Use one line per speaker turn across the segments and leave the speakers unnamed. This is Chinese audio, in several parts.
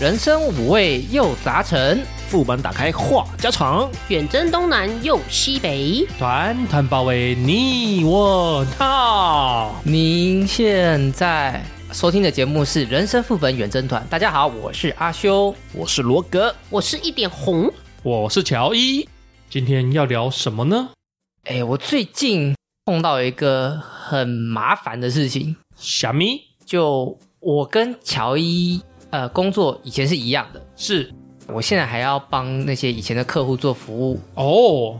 人生五味又杂陈，
副本打开话家常，
远征东南又西北，
团团包围你我他。
您现在收听的节目是《人生副本远征团》。大家好，我是阿修。
我是罗格，
我是一点红，
我是乔伊。今天要聊什么呢？
哎，我最近碰到一个很麻烦的事情，
虾米
就我跟乔伊呃工作以前是一样的，
是
我现在还要帮那些以前的客户做服务。
哦，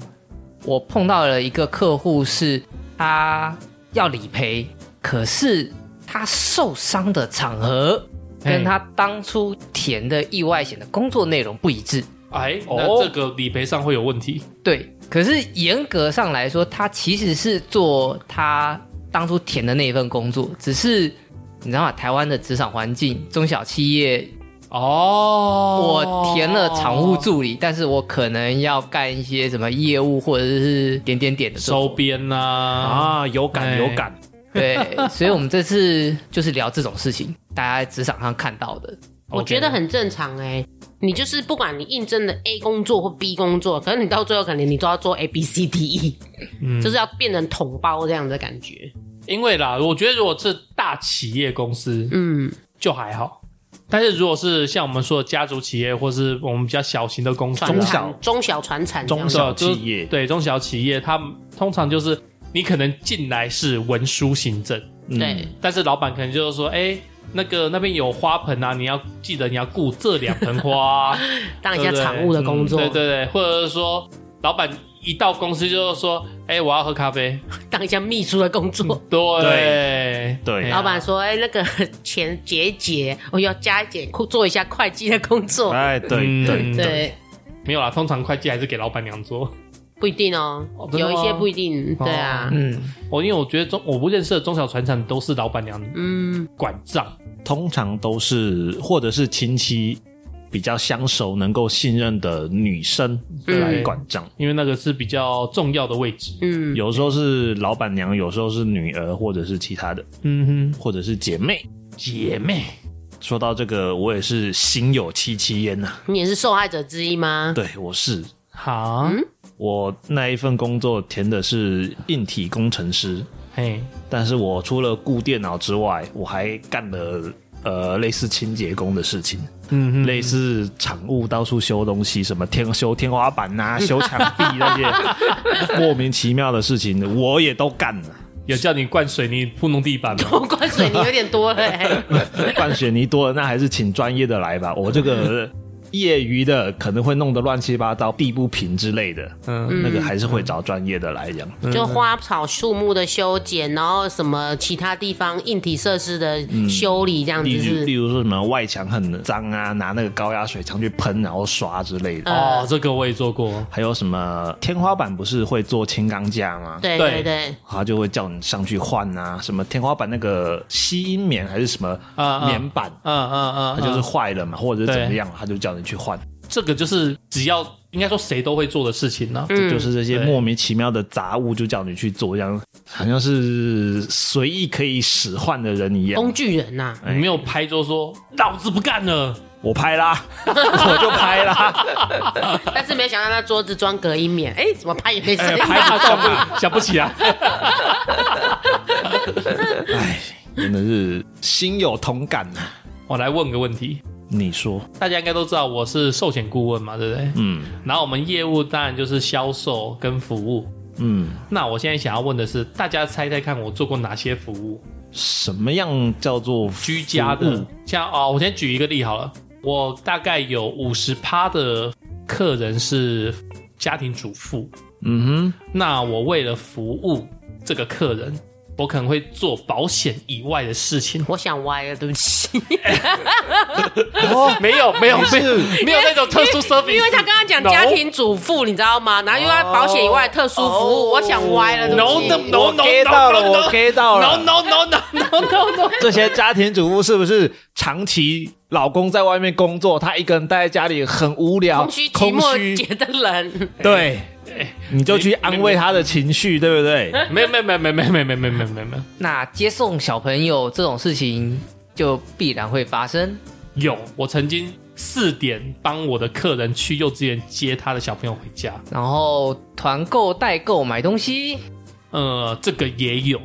我碰到了一个客户是他要理赔，可是他受伤的场合跟
嘿
他当初填的意外险的工作内容不一致。
哎，
哦
那这个理赔上会有问题
对，可是严格上来说，他其实是做他当初填的那一份工作，只是你知道吗？台湾的职场环境，中小企业，
哦。
我填了常务助理，但是我可能要干一些什么业务或者是点点点的这种
收编呐啊，
啊，有
哎
感有感，
对，所以我们这次就是聊这种事情，大家在职场上看到的。
我觉得很正常哎、你就是不管你应征的 A 工作或 B 工作，可是你到最后可能你都要做 A B C D E，、
嗯
就是要变成统包这样的感觉。
因为啦，我觉得如果是大企业公司
嗯，
就还好，但是如果是像我们说的家族企业或是我们比较小型的公司，
传
中
产
小
中小传产这样
中
子
小
就是
企业
对中小企业，他们通常就是你可能进来是文书行政，
嗯
对，
但是老板可能就是说，哎、那个那边有花盆啊，你要记得你要顾这两盆 花、啊，
当一下常务的工作，
对对对，或者是说老板一到公司就是说，哎、我要喝咖啡，
当一下秘书的工
嗯
作。
啊对
对
哎呀
老板说：“哎、那个钱结一结，我要加一点，做一下会计的工作。
哎，对
嗯
对对，
对，
没有啦，通常会计还是给老板娘做。
不一定哦，
哦真的
有
吗哦
一些不一定。对啊，
嗯，
我、因为我觉得中我不认识的中小船厂都是老板娘
嗯，
管账，
通常都是或者是亲戚比较相熟、能够信任的女生
嗯
来管账。
因为那个是比较重要的位置。
嗯，
有时候是老板娘，有时候是女儿，或者是其他的，
嗯哼，
或者是姐妹。
姐妹，
说到这个，我也是心有戚戚焉呐、
你也是受害者之一吗？
对，我是
好，
嗯
我那一份工作填的是硬体工程师，
嘿，
但是我除了顾电脑之外，我还干了呃类似清洁工的事情，
嗯哼，
类似厂务到处修东西，什么天修天花板呐、 修墙壁那些莫名其妙的事情，我也都干了。
有叫你灌水泥糊弄地板 吗？
我灌水你有点多了、欸，
灌水泥多了，那还是请专业的来吧。我这个业余的可能会弄得乱七八糟，地不平之类的，
嗯，
那个还是会找专业的来讲。
就花草树木的修剪，然后什么其他地方硬体设施的修理，这样子
例
是
如，例如说什么外墙很脏啊，拿那个高压水枪去喷，然后刷之类的。
哦，这个我也做过，
还有什么天花板不是会做轻钢架吗？
对
对
对对，
他就会叫你上去换啊，什么天花板那个吸音棉还是什么
啊
棉板，
嗯嗯嗯，
它就是
嗯
坏了嘛，或者是怎么
对
样，他就叫你去换。
这个就是只要应该说谁都会做的事情呢、
这就是这些
对
莫名其妙的杂物就叫你去做，这样好像是随意可以使唤的人一
工
样。
具人呐、
哎
你没有拍桌说老子不干了，
我 拍啦，我就拍啦。
但是没有想到那桌子装隔音棉，哎、怎么拍也没声
哎、
音、
拍他想
啊
不想不起来，
哎，真的是心有同感呐、
我来问个问题，
你说，
大家应该都知道我是寿险顾问嘛，对不对？
嗯
然后我们业务当然就是销售跟服务。
嗯，
那我现在想要问的是，大家猜猜看我做过哪些服务？
什么样叫做
居家
服务
的，像哦，我先举一个例好了，我大概有五十趴的客人是家庭主妇，
嗯哼，
那我为了服务这个客人，我可能会做保险以外的事情
。我想歪了，对不起，
没有， 没有，没有，没有那种特殊 service，
因为他刚刚讲
No
家庭主妇，你知道吗？然后又要保险以外的特殊服
哦
务，我想歪了，对不
no
起。
的 no no no
get 到了
no, no,
我 get 到了
no no no no no no no，
这些家庭主妇是不是长期老公在外面工作，她一个人待在家里很无聊、
空虚寂寞
空虚
节的人，
对，你就去安慰她的情绪，对不对？
没有没有没有没有没有没有没有没有没有没有没有
那接送小朋友这种事情就必然会发生。
有，我曾经四点帮我的客人去幼稚园接他的小朋友回家。
然后团购、代购、买东西，
呃，这个也有，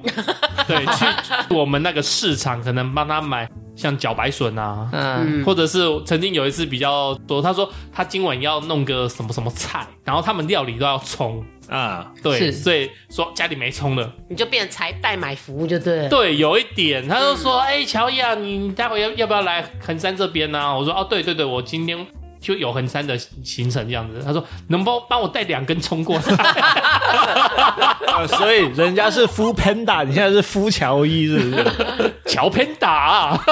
对，去我们那个市场可能帮他买像茭白笋啊，
嗯，
或者是曾经有一次比较多，他说他今晚要弄个什么什么菜，然后他们料理都要葱，
啊，
对，
是
所以说家里没葱了。
你就变成才代买服务就对了。
对，有一点，他就说：“哎、乔伊啊，你待会要要不要来横山这边呢、我说：“哦，对对对，我今天就有横山的行程这样子。”他说：“能帮帮我带两根葱过来
啊所以人家是敷 Panda，你现在是敷乔伊，是不是？？”
乔偏打、啊，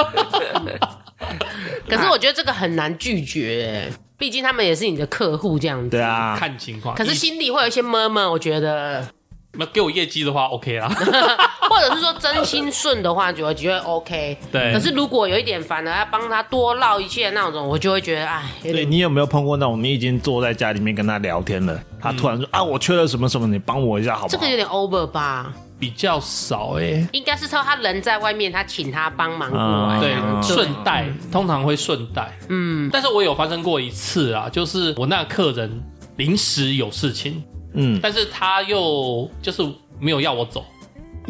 可是我觉得这个很难拒绝、欸，毕竟他们也是你的客户这样子。
对。啊，
看情况。
可是心里会有一些闷闷，我觉得，
那给我业绩的话，OK 啦。
或者是说真心顺的话，就会觉得 OK。
对
可是如果有一点烦的，要帮他多唠一些那种，我就会觉得，哎，有
对
点
你有没有碰过那种你已经坐在家里面跟他聊天了，他突然说、啊，我缺了什么什么，你帮我一下好不
这
好？
个有点 over 吧？
比较少哎、
应该是说他人在外面，他请他帮忙过来。
嗯
这
对
样，
顺带通常会顺带，嗯，但是我有发生过一次啊，就是我那个客人临时有事情，
嗯，
但是他又就是没有要我走，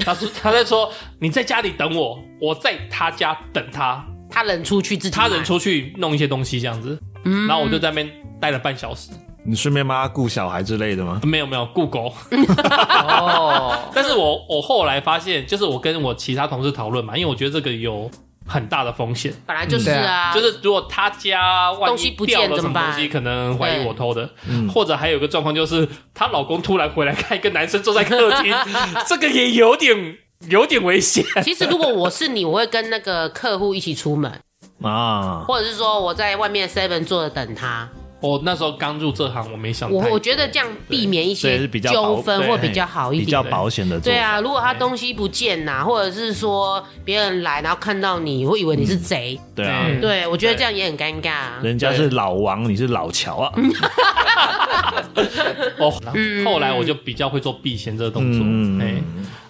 他说 他在说你在家里等我，我在他家等他，
他人出去自己买，
他人出去弄一些东西这样子，然后我就在那边待了半小时，
你顺便帮他顾小孩之类的吗？
没有没有雇狗，
哦，
但是我我后来发现，就是我跟我其他同事讨论嘛，因为我觉得这个有很大的风险。
本来就是
嗯对
啊，
就是如果他家万
东
一
西不
掉
见
了什
怎么
么嗯东西，
办
可能怀疑我偷的，或者还有一个状况就是她老公突然回来，看一个男生坐在客 厅，这个也有点有点危险。
其实如果我是你，我会跟那个客户一起出门，
啊，
或者是说我在外面 seven 坐着等他。
我那时候刚入这行，我没想
我
太
我觉得这样避免一
所以
些
是比较保
纠纷
对
会比较好一
比较
点。
保险的做
对
法。
啊，如果他东西不见呐、或者是说别人来然后看到你，会以为你是贼。
对啊，
嗯
对，我觉得这样也很尴尬。啊
人家是老王，你是老乔啊。
哦，后来我就比较会做避嫌这个
嗯
动作，哎、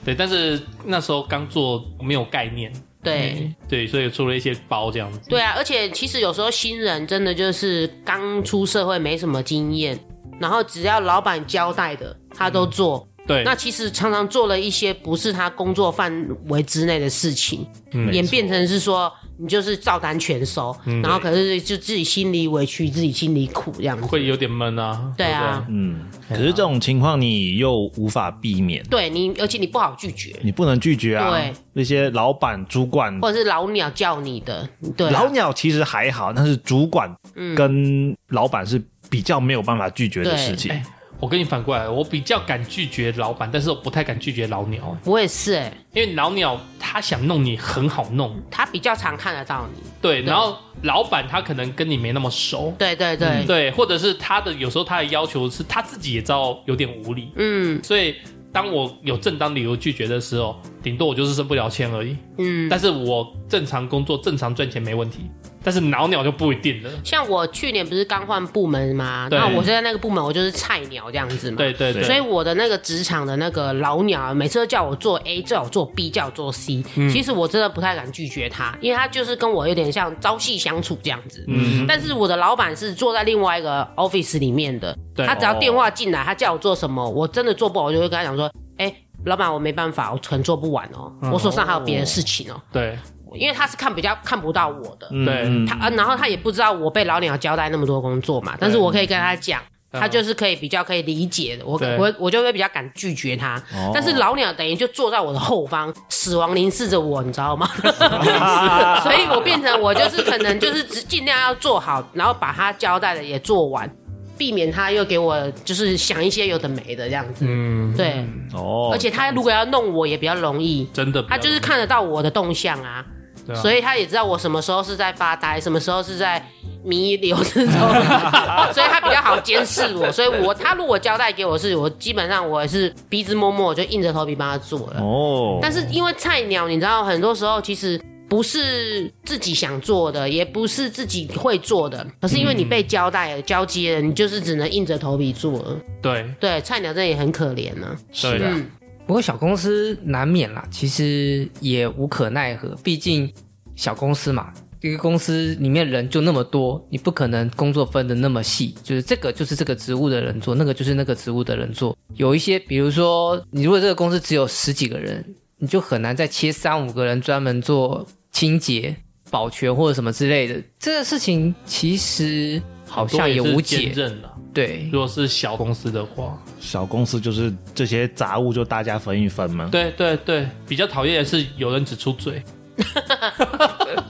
对，但是那时候刚做没有概念，
对
嗯
对，所以出了一些包这样子。
对啊，而且其实有时候新人真的就是刚出社会，没什么经验，然后只要老板交代的，他
嗯
都做。
对，
那其实常常做了一些不是他工作范围之内的事情，
嗯
演变成是说你就是照单全收，然后可是就自己心里委屈，自己心里苦这样子。
会有点闷啊。
对啊
不
嗯，可是这种情况你又无法避免，
对你，而且你不好拒绝，
你不能拒绝啊。
对，
那些老板、主管、
或者是老鸟叫你的，对啊、嗯
嗯老鸟其实还好，但是主管跟老板是比较没有办法拒绝的事情。
哎我跟你反过来，我比较敢拒绝老板，但是我不太敢拒绝老鸟、哎
我也是哎、
因为老鸟他想弄你很好弄，
他比较常看得到你，
对，然后老板他可能跟你没那么熟，
对对对，
嗯对，或者是他的有时候他的要求是他自己也知道有点无理，
嗯
所以当我有正当理由拒绝的时候，顶多我就是升不了迁而已，
嗯。
但是我正常工作、正常赚钱没问题，但是老鸟就不一定了，
像我去年不是刚换部门吗？
对
那我现在那个部门，我就是菜鸟这样子嘛。
对对对，
所以我的那个职场的那个老鸟啊，每次都叫我做 A，叫我做 B，叫我做 C、其
嗯
实我真的不太敢拒绝他，因为他就是跟我有点像朝夕相处这样子。嗯。但是我的老板是坐在另外一个 office 里面的，
对
他只要电话进来，他叫我做什么，我真的做不好，我就会跟他讲说：“哎、老板，我没办法，我可能做不完哦，
嗯
我手上还有别的事情哦。
对
因为他是看比较看不到我的，
嗯
对
嗯
他、啊，然后他也不知道我被老鸟交代那么多工作嘛，但是我可以跟他讲，
嗯
他就是可以比较可以理解的，我
对哦
我我就会比较敢拒绝他。但是老鸟等于就坐在我的后方，死亡凝视着我，你知道吗？
啊
所以我变成我就是可能就是只尽量要做好，然后把他交代的也做完，避免他又给我就是想一些有的没的这样子。
嗯，
对，
哦，
而且他如果要弄我也比较容易，
真的，
他就是，看得到我的动向啊，
对啊
嗯
所以他也知道我什么时候是在发呆，什么时候是在弥留之 中，所以他比较好监视我。所以我他如果交代给我是，我基本上我也是鼻子摸摸，我就硬着头皮帮他做了。
哦，
但是因为菜鸟，你知道，很多时候其实不是自己想做的，也不是自己会做的，可是因为你被交代了、交接了，你就是只能硬着头皮做了。
对
对，菜鸟这也很可怜呢、
是
对
啊，
嗯，
不过小公司难免啦，其实也无可奈何，毕竟小公司嘛，一个公司里面人就那么多，你不可能工作分的那么细，就是这个就是这个职务的人做，那个就是那个职务的人做。有一些，比如说你如果这个公司只有十几个人，你就很难再切三五个人专门做清洁、保全或者什么之类的。这个事情其实好像也无
兼
解，
任了。
对
如果是小公司的话，
小公司就是这些杂物就大家分一分嘛。
对对对，比较讨厌的是有人只出嘴，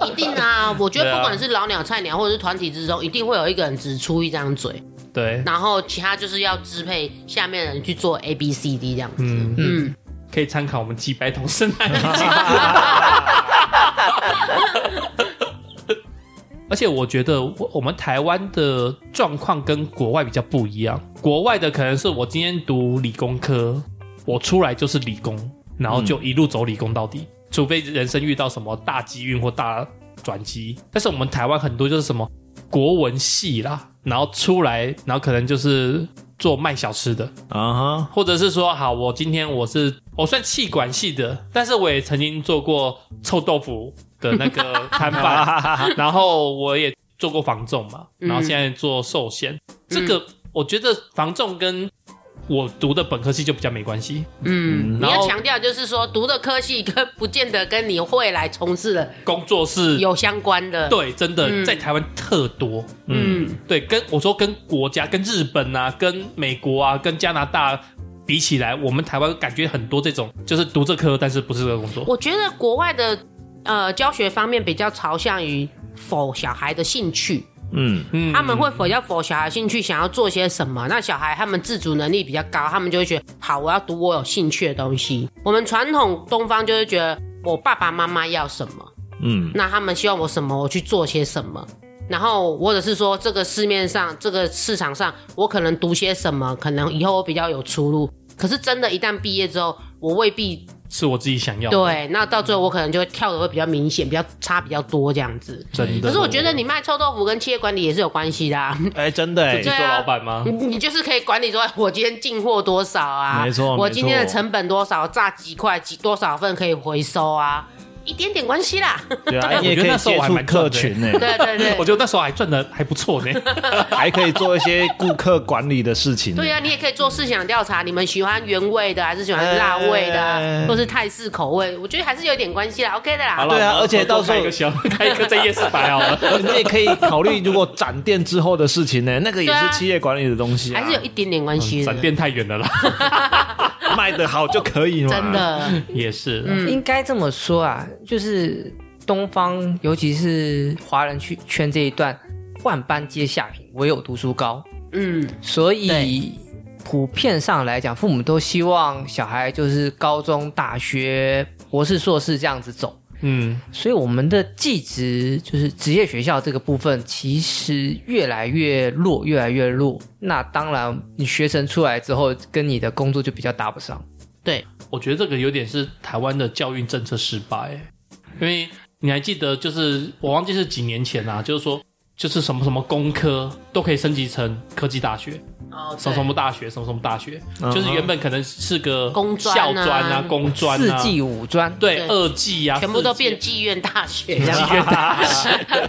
一定啊！我觉
对
得
啊
不管是老鸟、菜鸟，或者是团体之中，一定会有一个人只出一张嘴，
对，
然后其他就是要支配下面的人去做 A、B、C、D 这样子。
嗯，
嗯，
可以参考我们几百同生来的经验 而且我觉得我我们台湾的状况跟国外比较不一样，国外的可能是我今天读理工科，我出来就是理工，然后就一路走理工到底，除非人生遇到什么大机运或大转机。但是我们台湾很多就是什么国文系啦，然后出来，然后可能就是做卖小吃的，
啊哈，
或者是说，好，我今天我是我算气管系的，但是我也曾经做过臭豆腐的那 个摊 贩，然后我也做过房仲嘛，
嗯
然后现在做寿险。这个我觉得房仲跟我读的本科系就比较没关系，
嗯，你
然
要
后
强调就是说，读的科系跟不见得跟你未来从事的
工作是
有相关的。，
对，真的、
嗯
在台湾特多。
嗯，
对，跟我说跟国家、跟日本啊、跟美国啊、跟加拿大比起来，我们台湾感觉很多这种就是读这科，但是不是这个工作。
我觉得国外的呃教学方面比较朝向于否小孩的兴趣，
嗯，
嗯
他们会否要否小孩兴趣想要做些什么？那小孩他们自主能力比较高，他们就会觉得好，我要读我有兴趣的东西。我们传统东方就会觉得我爸爸妈妈要什么，
嗯，
那他们希望我什么，我去做些什么。然后或者是说这个市面上、这个市场上，我可能读些什么，可能以后我比较有出路。可是真的，一旦毕业之后，我未必
是我自己想要的。
对，那到最后我可能就会跳的会比较明显，比较差比较多这样子。
真的。
可是我觉得你卖臭豆腐跟企业管理也是有关系的、 啊，
哎，真的哎
你，做老板吗
你？你就是可以管理说，哎我今天进货多少啊？
没错
我
没
今天的
错
成本多少，炸几块几多少份可以回收啊？一点点关系 啦。
对啊，
哎
你也
我觉
可
得
以
那时候
接
我还
触
蛮
客
赚的
群呢，
对对对，
我觉得那时候还赚的还不错呢。
还可以做一些顾客管理的事情。
对
嗯
啊，你也可以做市场调查，你们喜欢原味的还是喜欢辣味的啊、
哎
或是泰式口味？我觉得还是有点关系啦，OK 的啦。
对啊
我们
而且到时
多
候
开一个小 开一个在夜市摆好 了。
你也可以考虑，如果展店之后的事情呢，那个也
对
是
啊
企业管理的东西啊，
还是有一点点关系的
嗯闪，电太远 了啦，
卖得好就可以嘛。
真，的。
也是。
应该这么说啊，就是东方，尤其是华人区圈这一段，万般皆下品，唯有读书高。
嗯，
所
对
以普遍上来讲，父母都希望小孩就是高中、大学、博士、硕士这样子走。
嗯，
所以我们的技职就是职业学校这个部分，其实越来越弱，越来越弱。那当然，你学成出来之后，跟你的工作就比较搭不上。
对，
我觉得这个有点是台湾的教育政策失败，欸因为你还记得，就是我忘记是几年前啦、啊就是说。就是什么什么工科都可以升级成科技大学，
哦，
什么什么大学，什么什么大学，
嗯哼
就是原本可能是个
工专啊
校专啊、工专
四
啊，
技五专，
对
对
二技啊，
全部都
四技
变妓院大学这样子。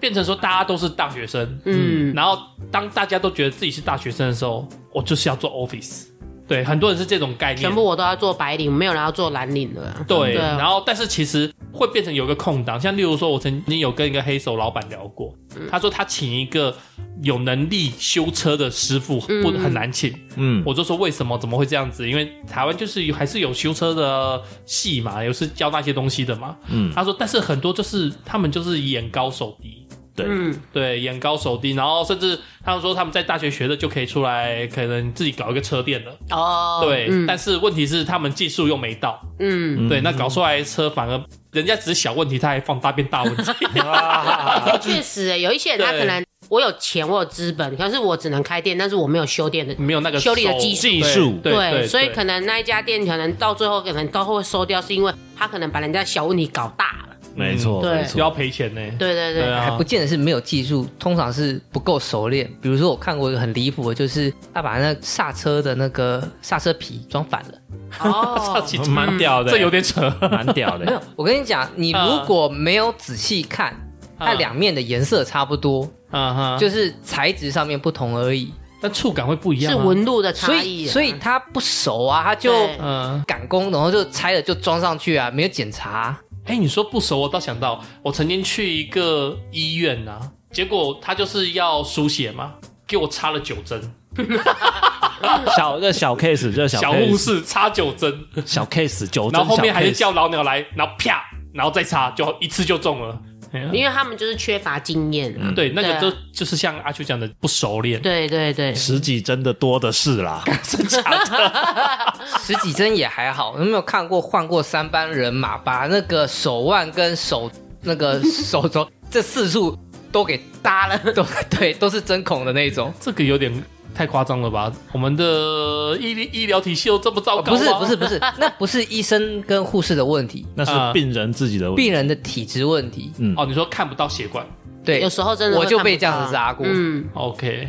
变成说大家都是大学生，
嗯，
然后当大家都觉得自己是大学生的时候，我就是要做 office。对，很多人是这种概念，
全部我都要做白领，没有人要做蓝领的啊。
对。
啊
然后，但是其实会变成有个空档，像例如说，我曾经有跟一个黑手老板聊过，
嗯
他说他请一个有能力修车的师傅不
嗯
很难请，
嗯，
我就说为什么怎么会这样子？因为台湾就是有还是有修车的系嘛，有是教那些东西的嘛。
嗯
他说，但是很多就是他们就是眼高手低，
嗯，
对，眼高手低，然后甚至他们说他们在大学学的就可以出来，可能自己搞一个车店了。
哦，
对，
嗯
但是问题是他们技术又没到，
嗯，
对，那搞出来的车反而人家只是小问题，他还放大变大 问题。嗯
哎确实欸，有一些人他
对
可能我有钱，我有资本，可是我只能开店，但是我没有修店的。
没有那个
修理的
手
技术
技术
对对对，
所以可能那一家店可能到最后可能都会收掉，是因为他可能把人家小问题搞大了。
没错，
对
没
就要
错，
赔钱呢。
对对对，
对啊
还不见得是没有技术，通常是不够熟练。比如说，我看过一个很离谱的，就是他把那刹车的那个刹车皮装反了。
哦，
其实
蛮屌的，
这有点扯。
蛮屌
没
的
有，，我跟你讲，你
啊
如果没有仔细看，它两面的颜色差不多，
啊哈，就
就是材质上面不同而已。
但触感会不一样
是
啊。
纹路的
所
差
以，
异啊，
所以他不熟啊，他就
对
嗯，
赶工，然后就拆了就装上去啊，没有检查。
哎，你说不熟，我倒想到，我曾经去一个医院啊，结果他就是要输血嘛，给我插了九针，
小这小 case，这
小护
case，
士插九针，
小 case 九针，
然后后面还是
小 case
叫老鸟来，然后啪，然后再插，就一次就中了。哎呀
因为他们就是缺乏经验啊。
嗯对，那
对
个
啊
都就是像阿秋讲的不熟练，
对对对，
十几针的多的是啦，
十几针也还好，有没有看过换过三班人马，把那个手腕跟手那个手肘这四处都给搭了，都对，都是针孔的那种。
这个有点太夸张了吧？我们的医医疗体系又这么糟
哦、
糕、吗
不是不是，不是，那不是医生跟护士的问题，
那是
啊
病人自己的问题
病人的体质问题。
嗯
哦，你说看不到血管
对，
有时候真的
我
会
就
看
被
不
这样
到
子扎过。嗯
嗯，
，OK，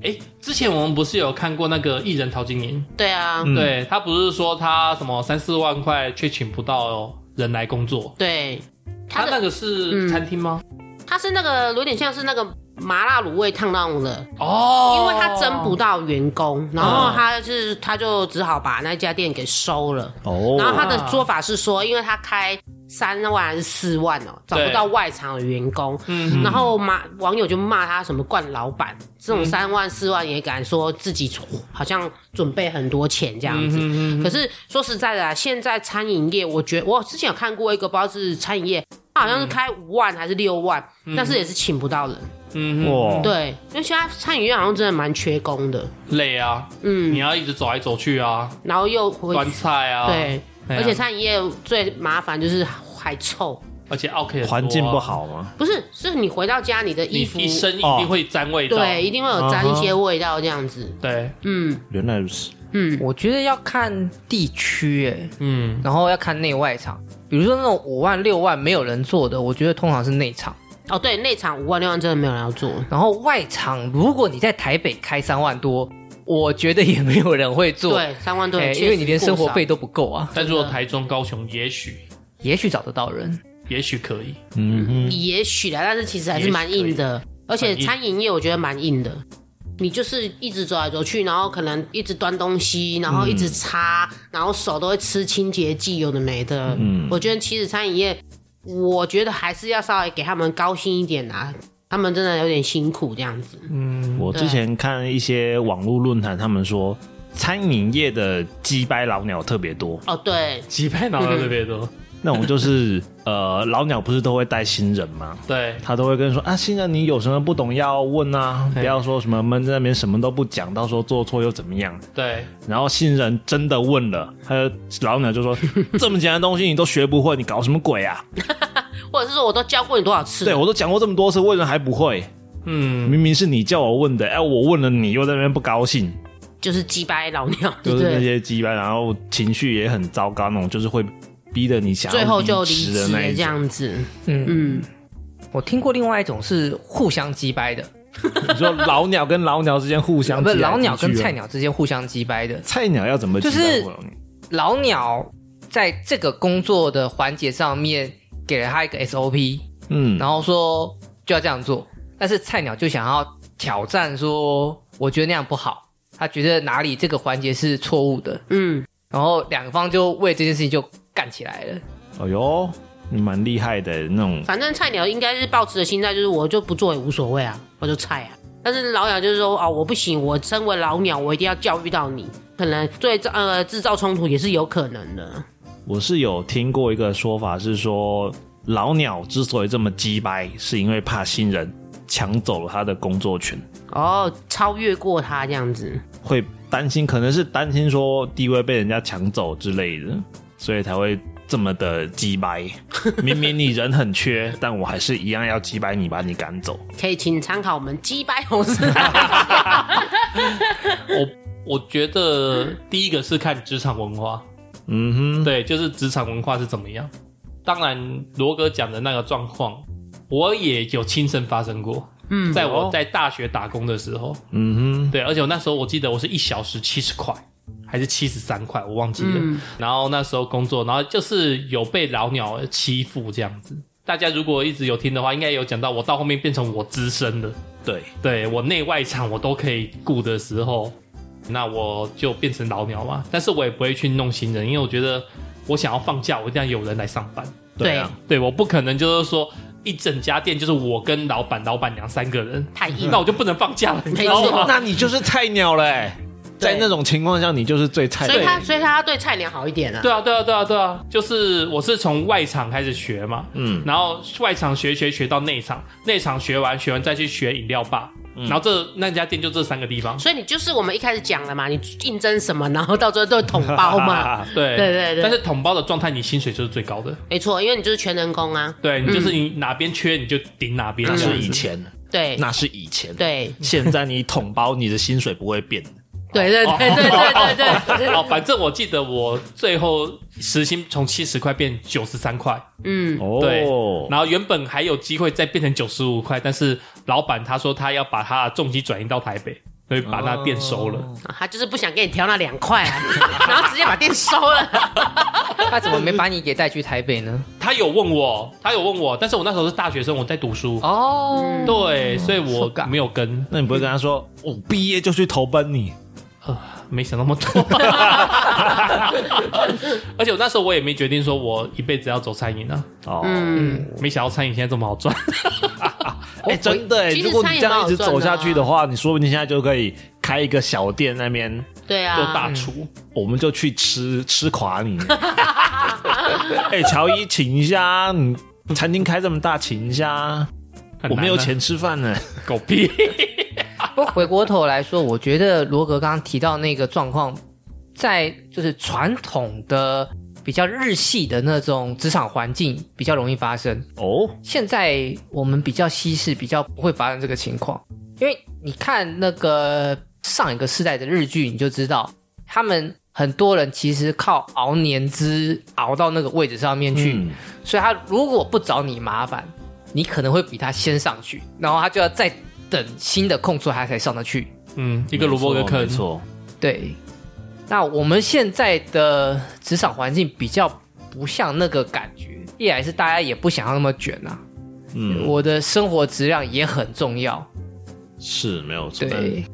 哎，之前我们不是有看过那个艺人陶晶莹，
对啊，
嗯
对他不是说他什么三四万块却请不到人来工作，
对，
他
他
那
的
个是
嗯
餐厅吗？
他是那个有点像是那个麻辣卤味烫那种的，
哦，
因为他征不到员工，然后他是他就只好把那家店给收了。然后
哦，
他的说法是说，因为他开三万还是四万哦，找不到外场的员工，
嗯
然后骂网友就骂他什么惯老板，这种三万四万也敢说自己好像准备很多钱这样子。可是说实在的啊，现在餐饮业，我觉我之前有看过一个，不知道是餐饮业，他好像是开五万还是六万，但是也是请不到人。
嗯哼，
哇，
对，因为现在餐饮业好像真的蛮缺工的，
累啊，
嗯
你要一直走来走去啊，
然后又回
端菜啊，，
对，
哎呀
而且餐饮业最麻烦就是还臭，
而且 OK
环境不，好啊吗？
不是，是你回到家你的
啊你
衣服
一身一定会沾味道，
对，一定会有沾一些味道这样子。
对，
嗯
原来如此，
嗯，
我觉得要看地区、欸，
嗯，
然后要看内外场。比如说那种五万六万没有人做的，我觉得通常是内场。
哦对，内场五万六万真的没有人要做，
然后外场，如果你在台北开三万多，我觉得也没有人会做，
对，三万多
哎
人确实
因为你连
不
生活
少
费都不够啊。
但如果台中、高雄，也许
也许找得到人，
也许可以，
嗯
也许啦，但是其实还
也
是
许
蛮
可以
硬的，而且
蛮硬
餐饮业我觉得蛮硬的。你就是一直走来走去，然后可能一直端东西，然后一直擦，然后手都会吃清洁剂，有的没的。嗯，我觉得其实餐饮业，我觉得还是要稍微给他们高薪一点啊，他们真的有点辛苦这样
嗯
子。
哼，我之前看一些网络论坛，他们说餐饮业的鸡掰老鸟特别多，
哦，对，
几派脑特别多，
那种就是 呃，老鸟不是都会带新人吗？
对，
他都会跟说啊，新人你有什么不懂要问啊，不要说什么闷在那边什么都不讲，到时候做错又怎么样？
对，
然后新人真的问了，他就老鸟就 说这么简单的东西你都学不会，你搞什么鬼啊？
或者是说我都教过你多少次了，
对我都讲过这么多次，为什么还不会？
嗯，
明明是你叫我问的，哎，我问了你又在那边不高兴，
就是鸡掰老鸟，对 不
就是那
对？
些鸡巴，然后情绪也很糟糕那种，就是会逼得你想要
最后就离职
职的那
了
一
这
种。
样子。
嗯
嗯，
我听过另外一种是互相击掰的，
你说老鸟跟老鸟之间互相
不是
挤来
老鸟
挤
跟
去啊
菜鸟之间互相击掰的。
菜鸟要怎么
就
击败
是
我老鸟
老鸟在这个工作的环节上面给了他一个 SOP，
嗯，
然后说就要这样做，但是菜鸟就想要挑战说，我觉得那样不好，他觉得哪里这个环节是错误的，
嗯，
然后两方就为这件事情就干起来了。
哎呦，你蛮厉害的那种，
反正菜鸟应该是抱持的心态，就是我就不做也无所谓啊，我就菜啊。但是老鸟就是说，哦，我不行，我身为老鸟，我一定要教育到你，可能对这呃制造冲突也是有可能的。
我是有听过一个说法是说，老鸟之所以这么鸡掰，是因为怕新人抢走了他的工作权，
哦，超越过他这样子，
会担心，可能是担心说地位被人家抢走之类的，所以才会这么的鸡掰。 明明你人很缺，但我还是一样要鸡掰你，把你赶走。
可以请参考我们击败红 丝。
我我觉得第一个是看职场文化，
嗯哼，
对，就是职场文化是怎么样。当然罗哥讲的那个状况，我也有亲身发生过。
嗯，
在
哦
我在大学打工的时候，
嗯
对，而且我那时候我记得我是一小时七十块，还是七十三块，我忘记了。
嗯
然后那时候工作，然后就是有被老鸟欺负这样子。大家如果一直有听的话，应该有讲到我到后面变成我资深的，
哼，对，
对我内外场我都可以顾的时候，那我就变成老鸟嘛。但是我也不会去弄新人，因为我觉得我想要放假，我一定要有人来上班。
对啊，
对，我不可能就是说一整家店就是我跟老板、老板娘三个人，
太 硬
那我就不能放假了，你知道
没错
吗？
哦那你就是菜鸟嘞，
对
在那种情况下，你就是最菜
所以
鸟。
他所以他对菜鸟好一点啊。
对啊，对啊，对啊，对啊，就是我是从外场开始学嘛，
嗯，
然后外场学学学到内场，内场学完学完再去学饮料吧，
嗯
然后这那家店就这三个地方，
所以你就是我们一开始讲了嘛，你应征什么，然后到最后都是统包 嘛，
对
对对对
但是统包的状态，你薪水就是最高的，
没错，因为你就是全人工啊，
对你就是你哪边缺你就顶哪边，
那
这样
嗯是
子
以前，
对
那是以前。，
对
现在你统包，你的薪水不会变。
对对对对对对对对，
哦，反正我记得我最后时薪从七十块变九十三块，
嗯，
对
哦，
然后原本还有机会再变成九十五块，但是老板他说他要把他的重机转移到台北，所以把那店收
哦
了。
他就是不想给你调那两块啊， 然后直接把店收 了。
他怎么没把你给带去台北呢？
他有问我，他有问我，但是我那时候是大学生，我在读书，
哦，
对，所以我
是的
没有跟，
那你不会跟他说，我毕业就去投奔你？
呃，没想那么 多。而且我那时候我也没决定说我一辈子要走餐饮啊，
哦，
嗯，
没想到餐饮现在这么好赚。
哎，真的欸，
其实
如果你这样一直
餐饮
走
蛮好赚的啊
下去的话，你说不定现在就可以开一个小店，那边
对
做
啊，
大厨，
我们就去吃 吃垮你。哎，乔伊，请一下啊，你餐厅开这么大，请一下啊，
很
我
难
没有
啊，
钱吃 饭呢。
狗 屁。
不过回过头来说，我觉得罗格刚刚提到那个状况，在就是传统的比较日系的那种职场环境比较容易发生。
哦，
现在我们比较稀释，比较不会发生这个情况，因为你看那个上一个世代的日剧，你就知道他们很多人其实靠熬年资熬到那个位置上面去，
嗯
所以他如果不找你麻烦，你可能会比他先上去，然后他就要再等新的空出来他才上得去。
嗯，一个萝卜一个
没
坑，
错，
对，那我们现在的职场环境比较不像那个感觉，一来是大家也不想要那么卷啊，
嗯，
我的生活质量也很重要。
是没有错。
对，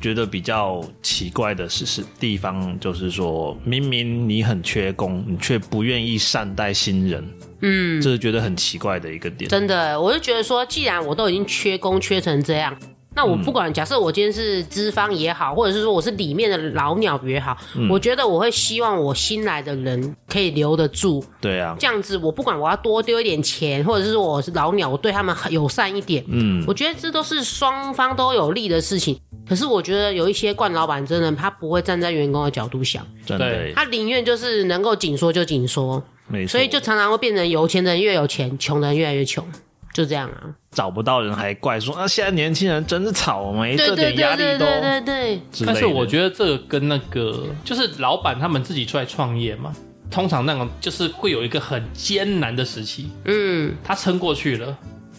觉得比较奇怪的是是地方，就是说明明你很缺工，你却不愿意善待新人，
嗯，
这是觉得很奇怪的一个点。
真的，我就觉得说，既然我都已经缺工缺成这样，那
嗯
我不管，假设我今天是资方也好，或者是说我是里面的老鸟也好，
嗯
我觉得我会希望我新来的人可以留得住，
对啊，
这样子我不管我要多丢一点钱，或者是说我是老鸟，我对他们很友善一点，
嗯，
我觉得这都是双方都有利的事情。可是我觉得有一些惯老板真的他不会站在员工的角度想，
真的
对，
他宁愿就是能够紧缩就紧缩，
没错，
所以就常常会变成有钱人越有钱，穷人越来越穷，就这样啊。
找不到人还怪说啊，现在年轻人真是草莓，
对
哎这
对
点
对
压
对
力都
对对对，
之类的。
但是我觉得这个跟那个就是老板他们自己出来创业嘛，通常那种就是会有一个很艰难的时期，
嗯，
他撑过去了，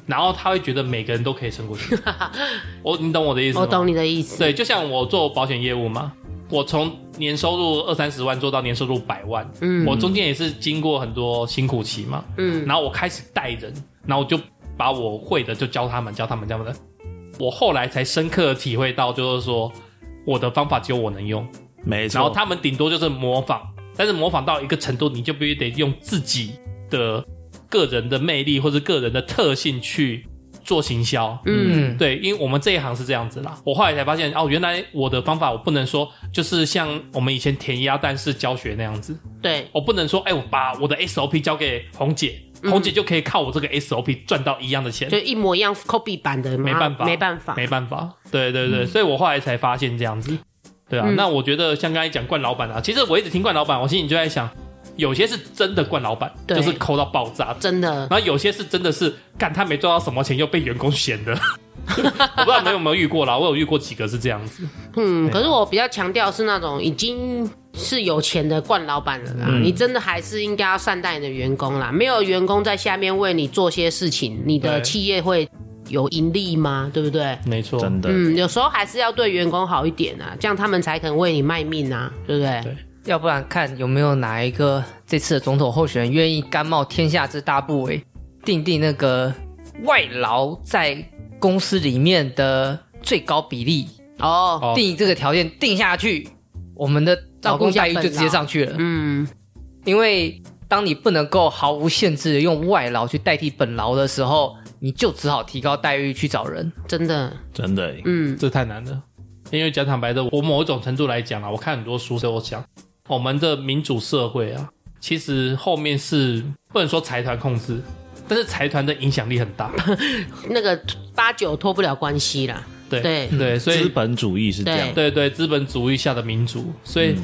然后他会觉得每个人都可以撑 过去。我你懂我的意思吗？
我懂你的意思。
对，就像我做保险业务嘛，我从年收入二三十万做到年收入百万，
嗯
我中间也是经过很多辛苦期嘛，
嗯
然后我开始带人，然后我就把我会的就教他们，教他们，教他们。我后来才深刻的体会到，就是说我的方法只有我能用，
没错，
然后他们顶多就是模仿，但是模仿到一个程度，你就必须得用自己的个人的魅力或者个人的特性去做行销。
嗯
嗯，
对，因为我们这一行是这样子啦。我后来才发现，哦，原来我的方法我不能说就是像我们以前填鸭蛋式教学那样子，
对，
我不能说，哎、我把我的 SOP 交给红姐，红
嗯
姐就可以靠我这个 SOP 赚到一样的钱
就，一模一样 copy 版的，
没办法，
没办法，
没办法。对对对，所以我后来才发现这样子。对啊，
嗯
那我觉得像刚才讲冠老板啊，其实我一直听冠老板，我心里就在想，有些是真的冠老板，
对
就是抠到爆炸，
真的。
然后有些是真的是干他没赚到什么钱，又被员工嫌的。 我不知道你们有没有遇过啦，我有遇过几个是这样子。
嗯，可是我比较强调是那种已经是有钱的惯老板了啦，你真的还是应该要善待你的员工啦。没有员工在下面为你做些事情，你的
对
企业会有盈利吗？对不对？
没错，
真的，
嗯，有时候还是要对员工好一点啊，这样他们才肯为你卖命啊，对不对？
对
要不然看有没有哪一个这次的总统候选人愿意甘冒天下之大不韪，定定那个外劳在公司里面的最高比例，
哦，
哦
定这个条件定下去，我们的劳工待遇就直接上去了。
嗯，
因为当你不能够毫无限制的用外劳去代替本劳的时候，你就只好提高待遇去找人。
真的，
真的，
嗯，
这太难了。因为讲坦白的，我某一种程度来讲啊，我看很多书，所以我想，我们的民主社会啊，其实后面是不能说财团控制，但是财团的影响力很大。
那个八九脱不了关系啦。
对
对
对，所
资
以
本主义是这样
对，
对对资本主义下的民主，所以
嗯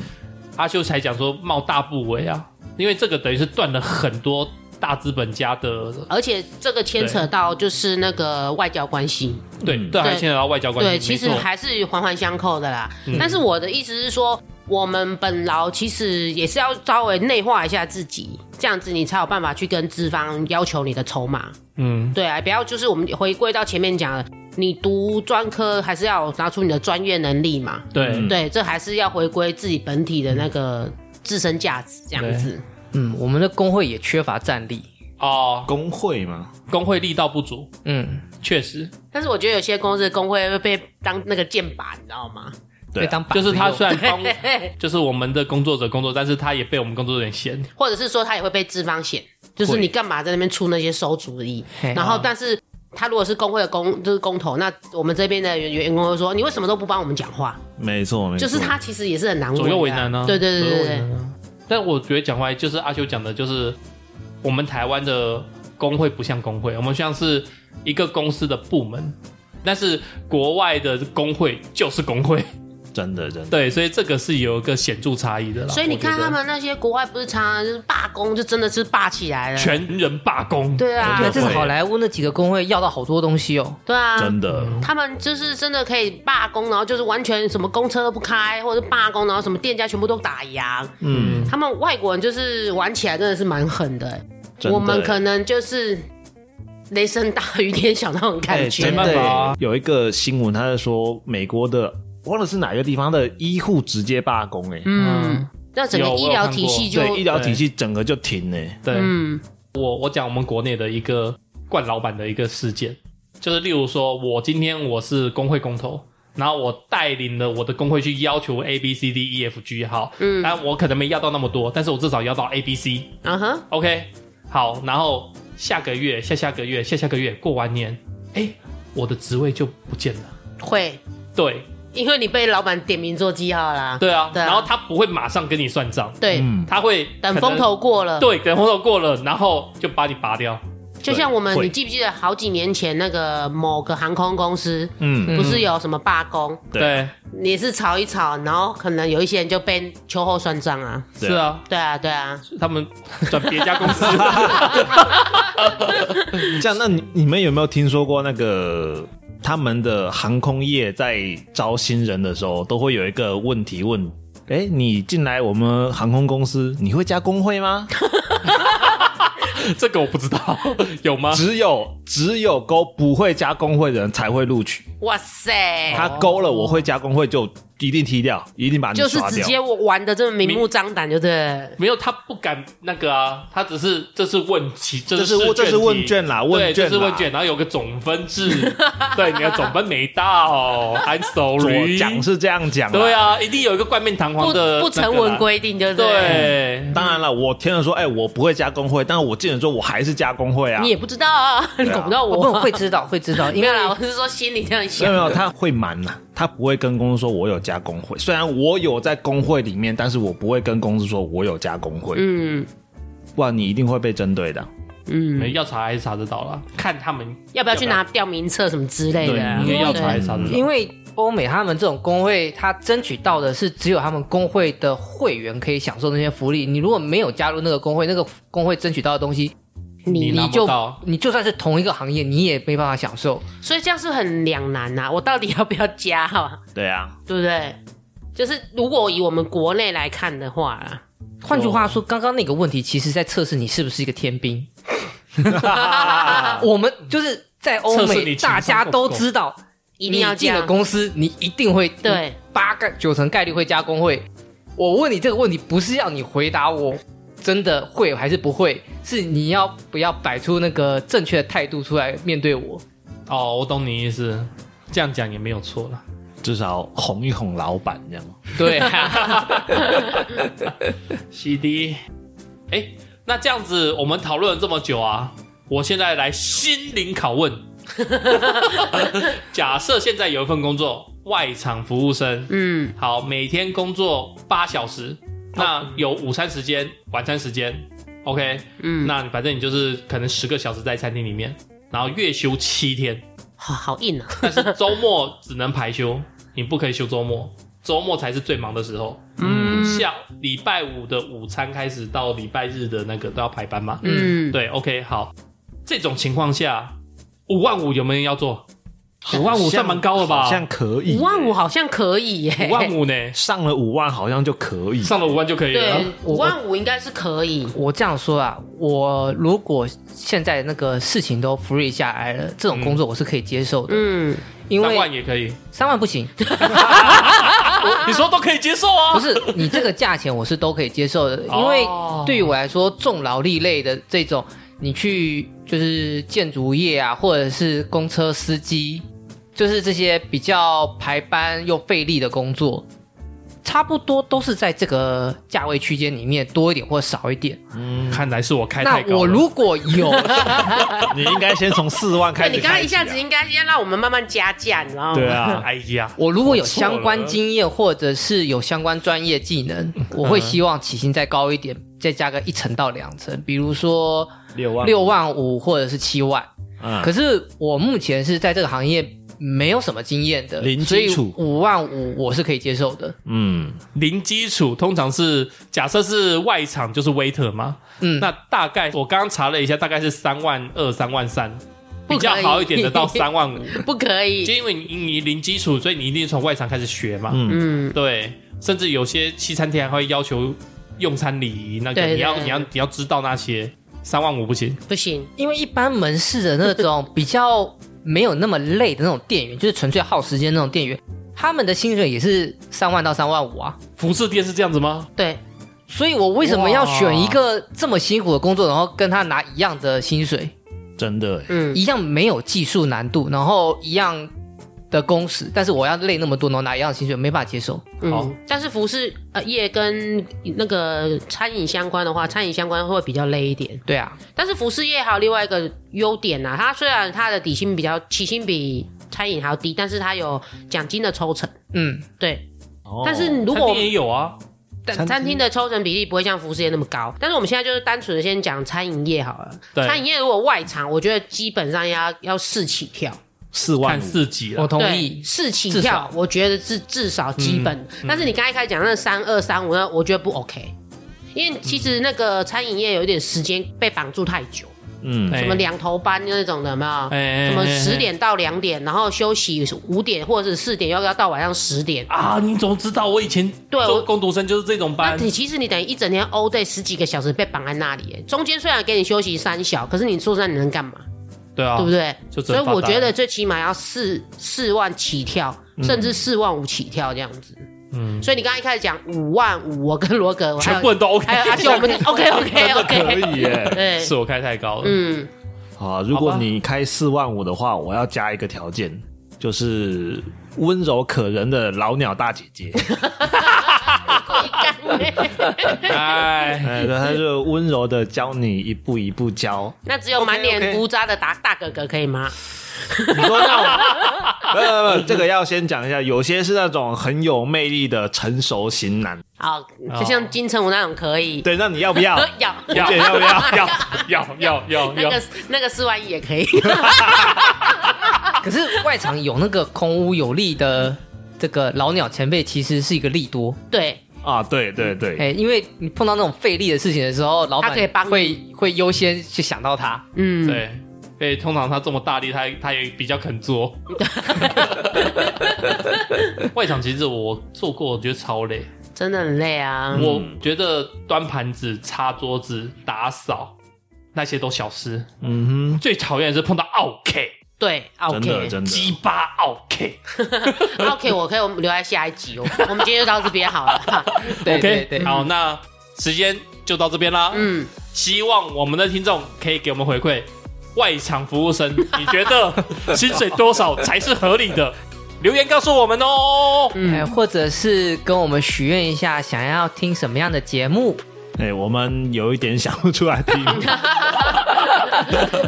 阿修才讲说冒大不韪啊，因为这个等于是断了很多大资本家的
而且这个牵扯到就是那个外交关系，
对
嗯
对，还牵扯到外交关系。
对，其实
没错嗯
还是环环相扣的啦。但是我的意思是说，我们本劳其实也是要稍微内化一下自己，这样子你才有办法去跟资方要求你的筹码。
嗯，
对啊，不要就是我们回归到前面讲的，你读专科还是要拿出你的专业能力嘛。
对
嗯
对，这还是要回归自己本体的那个自身价值，这样子。
嗯，我们的工会也缺乏战力。
哦，
工会嘛，
工会力道不足，
嗯，
确实，
但是我觉得有些公司的工会会被当那个箭靶，你知道 吗？
对
被
啊，
当靶子
就是他
用
虽然帮，就是我们的工作者工作，但是他也被我们工作人员嫌。
或者是说他也会被资方险，就是
会
你干嘛在那边出那些馊主意？
嘿
然后，但是他如果是工会的工，就是工头，那我们这边的员员工会说，你为什么都不帮我们讲话？
没错，没
就
错，
是他其实也是很难
左右
为
为
的
难啊
对对对
左
对
右为
对，
但我觉得讲回来，就是阿修讲的，就是我们台湾的工会不像工会，我们像是一个公司的部门，但是国外的工会就是工会，
真的真的，
对，所以这个是有一个显著差异的啦。
所以你看
我觉得
他们那些国外不是常常就是罢工，就真的是罢起来了。
全人罢工，
对啊
那，这是
对
好莱坞那几个工会要到好多东西哦。
对啊，
真的，
他们就是真的可以罢工，然后就是完全什么公车都不开，或者罢工，然后什么店家全部都打烊。
嗯，
他们外国人就是玩起来真的是蛮狠的、欸
真的
我们可能就是雷声大雨点小那种感觉。
哎
真
没
的
办法啊
有一个新闻，他在说美国的，忘了是哪个地方的医护直接罢工，哎，
嗯，那整个
有
医疗体系就
对，医疗体系整个就停哎，
对，
嗯
我我讲我们国内的一个惯老板的一个事件，就是例如说，我今天我是工会工头，然后我带领了我的工会去要求 A B C D E F G 好，嗯，但我可能没要到那么多，但是我至少要到 A B C，OK，、
啊哈，
OK，好，然后下个月、下下个月、下下个月过完年，哎，我的职位就不见了，
会，
对
因为你被老板点名做记号啦。
对啊，
对啊
然后他不会马上跟你算账，
对，
嗯，
他会
等
可能
风。头过了。
对，等风头过了，然后就把你拔掉。
就像我们，
会
你记不记得好几年前那个某个航空公司，
嗯，
不是有什么罢工，
对
对，
也是吵一吵，然后可能有一些人就被秋后算账啊。
对
是啊，
对啊，对啊，
他们转别家公 司，
这样，那你你们有没有听说过那个他们的航空业在招新人的时候，都会有一个问题问？哎，你进来我们航空公司，你会加工会吗？
这个我不知道，有吗？
只有只有勾不会加工会的人才会录取，
哇塞，
他勾了我会加工会就一定踢掉，一定把你
就是
刷
直
掉。
接玩的这么明目张胆，就对了。
没有，他不敢那个啊，他只是这是问题，这
这
是
是
试
这是
题
问卷啦，
对，
问
这
卷
是
啦
问卷，然后有个总分 制，对，你的总分没到，I'm
我
sorry，
讲是这样讲，
对。啊，一定有一个冠冕堂
不
皇的
不成文规定，对不
那个啦，对，
当然了，我听了说，哎、我不会加工会，但是我进了之后我还是加工会啊。
你也不知道啊，你
啊
管不到
我
我。
会知道，会知 道，因为
没有啦，我是说心里这样
没有
想
没。有，他会瞒呐、他不会跟公司说我有加工会。虽然我有在工会里面，但是我不会跟公司说我有加工会，
嗯
不然你一定会被针对的。
没
嗯，
要查还是查得到啦，看他们
要不要去拿调名册什么之类的啊？
对，因为要查
对
还是查得
因
到，
为欧美他们这种工会，他争取到的是只有他们工会的会员可以享受那些福利。你如果没有加入那个工会，那个工会争取到的东西，
你
你
拿不
就
到，
你就算是同一个行业，你也没办法享受。
所以这样是很两难呐。我到底要不要加啊？
对啊，
对不对？就是如果以我们国内来看的话啊 啦，
换句话说，刚刚那个问题其实在测试你是不是一个天兵。我们就是在欧
测试
美，
你情商
大家
够
都
不够
知道，
一定要
你
这
进了
样。
公司，你一定会
对，
八个九成概率会加工会。我问你这个问题，不是要你回答我真的会还是不会，是你要不要摆出那个正确的态度出来面对我。
哦，我懂你意思，这样讲也没有错了。
至少哄一哄老板这样。
对啊，
CD，哎、那这样子我们讨论了这么久啊，我现在来心灵拷问。假设现在有一份工作，外场服务生，
嗯，
好，每天工作八小时，那有午餐时间、晚餐时间，OK，
嗯
那反正你就是可能十个小时在餐厅里面，然后月休七天，
好好硬啊，
但是周末只能排休，你不可以休周末，周末才是最忙的时候。嗯，下礼拜五的午餐开始到礼拜日的那个都要排班嘛。
嗯，
对，OK，好，这种情况下，五万五有没有人要做？五万五算蛮高了吧？
好像可以，
五万五好像可以耶，
五万
五，
五呢，
上了五万好像就可以。
上了五万就可以了。
对，五万五应该是可以，
我这样说啊，我如果现在那个事情都 free 下来了，这种工作我是可以接受的，
嗯，
因
三
为
万也可以，
三万不行，
你说都可以接受啊？
不，是你这个价钱我是都可以接受的，因为
哦
对于我来说，重劳力类的这种，你去就是建筑业啊，或者是公车司机，就是这些比较排班又费力的工作，差不多都是在这个价位区间里面多一点或少一点。
看来是我开太
那
高了。
我如果 有
你应该先从四万 开
对
始。啊
你刚刚一下子。应该要让我们慢慢加价，你知道吗？
对啊，
哎呀，
我如果有
我错了
相关经验，或者是有相关专业技能，
嗯
我会希望起薪再高一点，再加个一层到两层，比如说
六万
六，万五或者是七万。
嗯
可是我目前是在这个行业没有什么经验的，
零
所以
基础
五万五我是可以接受的。
嗯，
零基础通常是假设是外场就是 waiter 嘛，
嗯，
那大概我刚刚查了一下，大概是三万二、三万三，
不可以
比较好一点的到三万五。
不可
就
以，
因为你你零基础，所以你一定从外场开始学嘛。
嗯
嗯，
对，甚至有些西餐厅还会要求用餐礼仪，那个
对
你要
对
你要你要知道那些。三万五不行，
不行，
因为一般门市的那 种比较没有那么累的那种店员，就是纯粹耗时间那种店员，他们的薪水也是三万到三万五啊。
服饰店是这样子吗？
对，
所以我为什么要选一个这么辛苦的工作，然后跟他拿一样的薪水，
真的欸，
嗯，
一样没有技术难度，然后一样的工时，但是我要累那么多，然后拿一样的薪水，没办法接受。
好
嗯，但是服饰呃业跟那个餐饮相关的话，餐饮相关会比较累一点。
对啊，
但是服饰业还有另外一个优点呐、啊，它虽然它的底薪比较起薪比餐饮还要低，但是它有奖金的抽成。
嗯，
对，
哦
但是如
餐
果我
厅
们
也有啊，
但
餐厅
餐厅的抽成比例不会像服饰业那么高，但是我们现在就是单纯的先讲餐饮业好了。
对
餐饮业如果外场，我觉得基本上要要四起跳，
四
看
万五，
四哦级
我
了。
同
对，
意。
四起
至
跳
少，
我觉得是至少基
嗯
本。但是你刚才开始讲那三二三五，那我觉得不 OK，因为其实那个餐饮业有一点时间被绑住太久，
嗯，
哎
什么两头班那种的有没有？
哎
什么
哎哎哎
十点到两点，然后休息五点或者是四点，又要到晚上十点。
啊？你怎么知道？我以前
对
做
我
工读生就是这种
那
班，
你其实你等于一整天 all day 十几个小时被绑在那里，哎中间虽然给你休息三小，可是你说实在你能干嘛？
对啊，
对不对？
就只
所
能
以我
发呆嗯
觉得最起码要四四万起跳，甚至四万五起跳这样子。嗯，所以你刚才一开始讲五万五，我跟罗格还
全
有
部人都 OK，
还有阿秀，我们 OK OK
可
OK，
以耶。
对，
是我开太高了。
嗯，
啊，如
好
果
吧
你开四万五的话，我要加一个条件，就是温柔可人的老鸟大姐 姐。
哎，
哎，对她就温柔的教你一步一步教。
那只有满脸胡渣的大大哥哥可以吗？
你说那 种，不不不，这个要先讲一下，有些是那种很有魅力的成熟型男。
好，就像金城武那种可以，
对，那你要 不要？
要
哦啊要
姐要不要
要要要要
那
要
个那个四万一也可以，
可是外场有那个空屋有力的这个老鸟前辈，其实是一个利多。
对，
啊，对对对，
哎、因为你碰到那种费力的事情的时候，老板
他可以帮你
会会优先去想到他。
嗯，
对，哎，通常他这么大力，他他也比较肯做。外场其实我做过，我觉得超累。
真的很累啊。
我觉得端盘子、擦桌子、打扫那些都小事，
嗯
最讨厌的是碰到 OK
对啊
哼，真的
，OK，OK，
真的，
鸡巴 OK。
我可以我们留在下一集哦。我们今天就到这边好了。
对对
OK，
对，
好，那时间就到这边啦。
嗯，
希望我们的听众可以给我们回馈，外场服务生，你觉得薪水多少才是合理的？留言告诉我们哦。
哎，或者是跟我们许愿一下，想要听什么样的节目？
哎、我们有一点想不出来题目，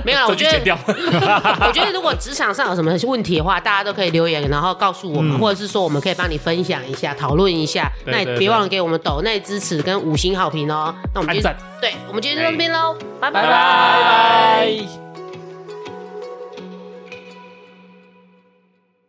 没有啦，我
这句
觉
剪
得
掉。
我觉得如果职场上有什么问题的话，大家都可以留言，然后告诉我们，或者是说我们可以帮你分享一下、讨论一下。
嗯对
那
对
也
对
别忘了给我们抖内支持跟五星好评哦。那我们今
按
天
赞哎
对，我们今天就到这边喽，拜拜
拜拜。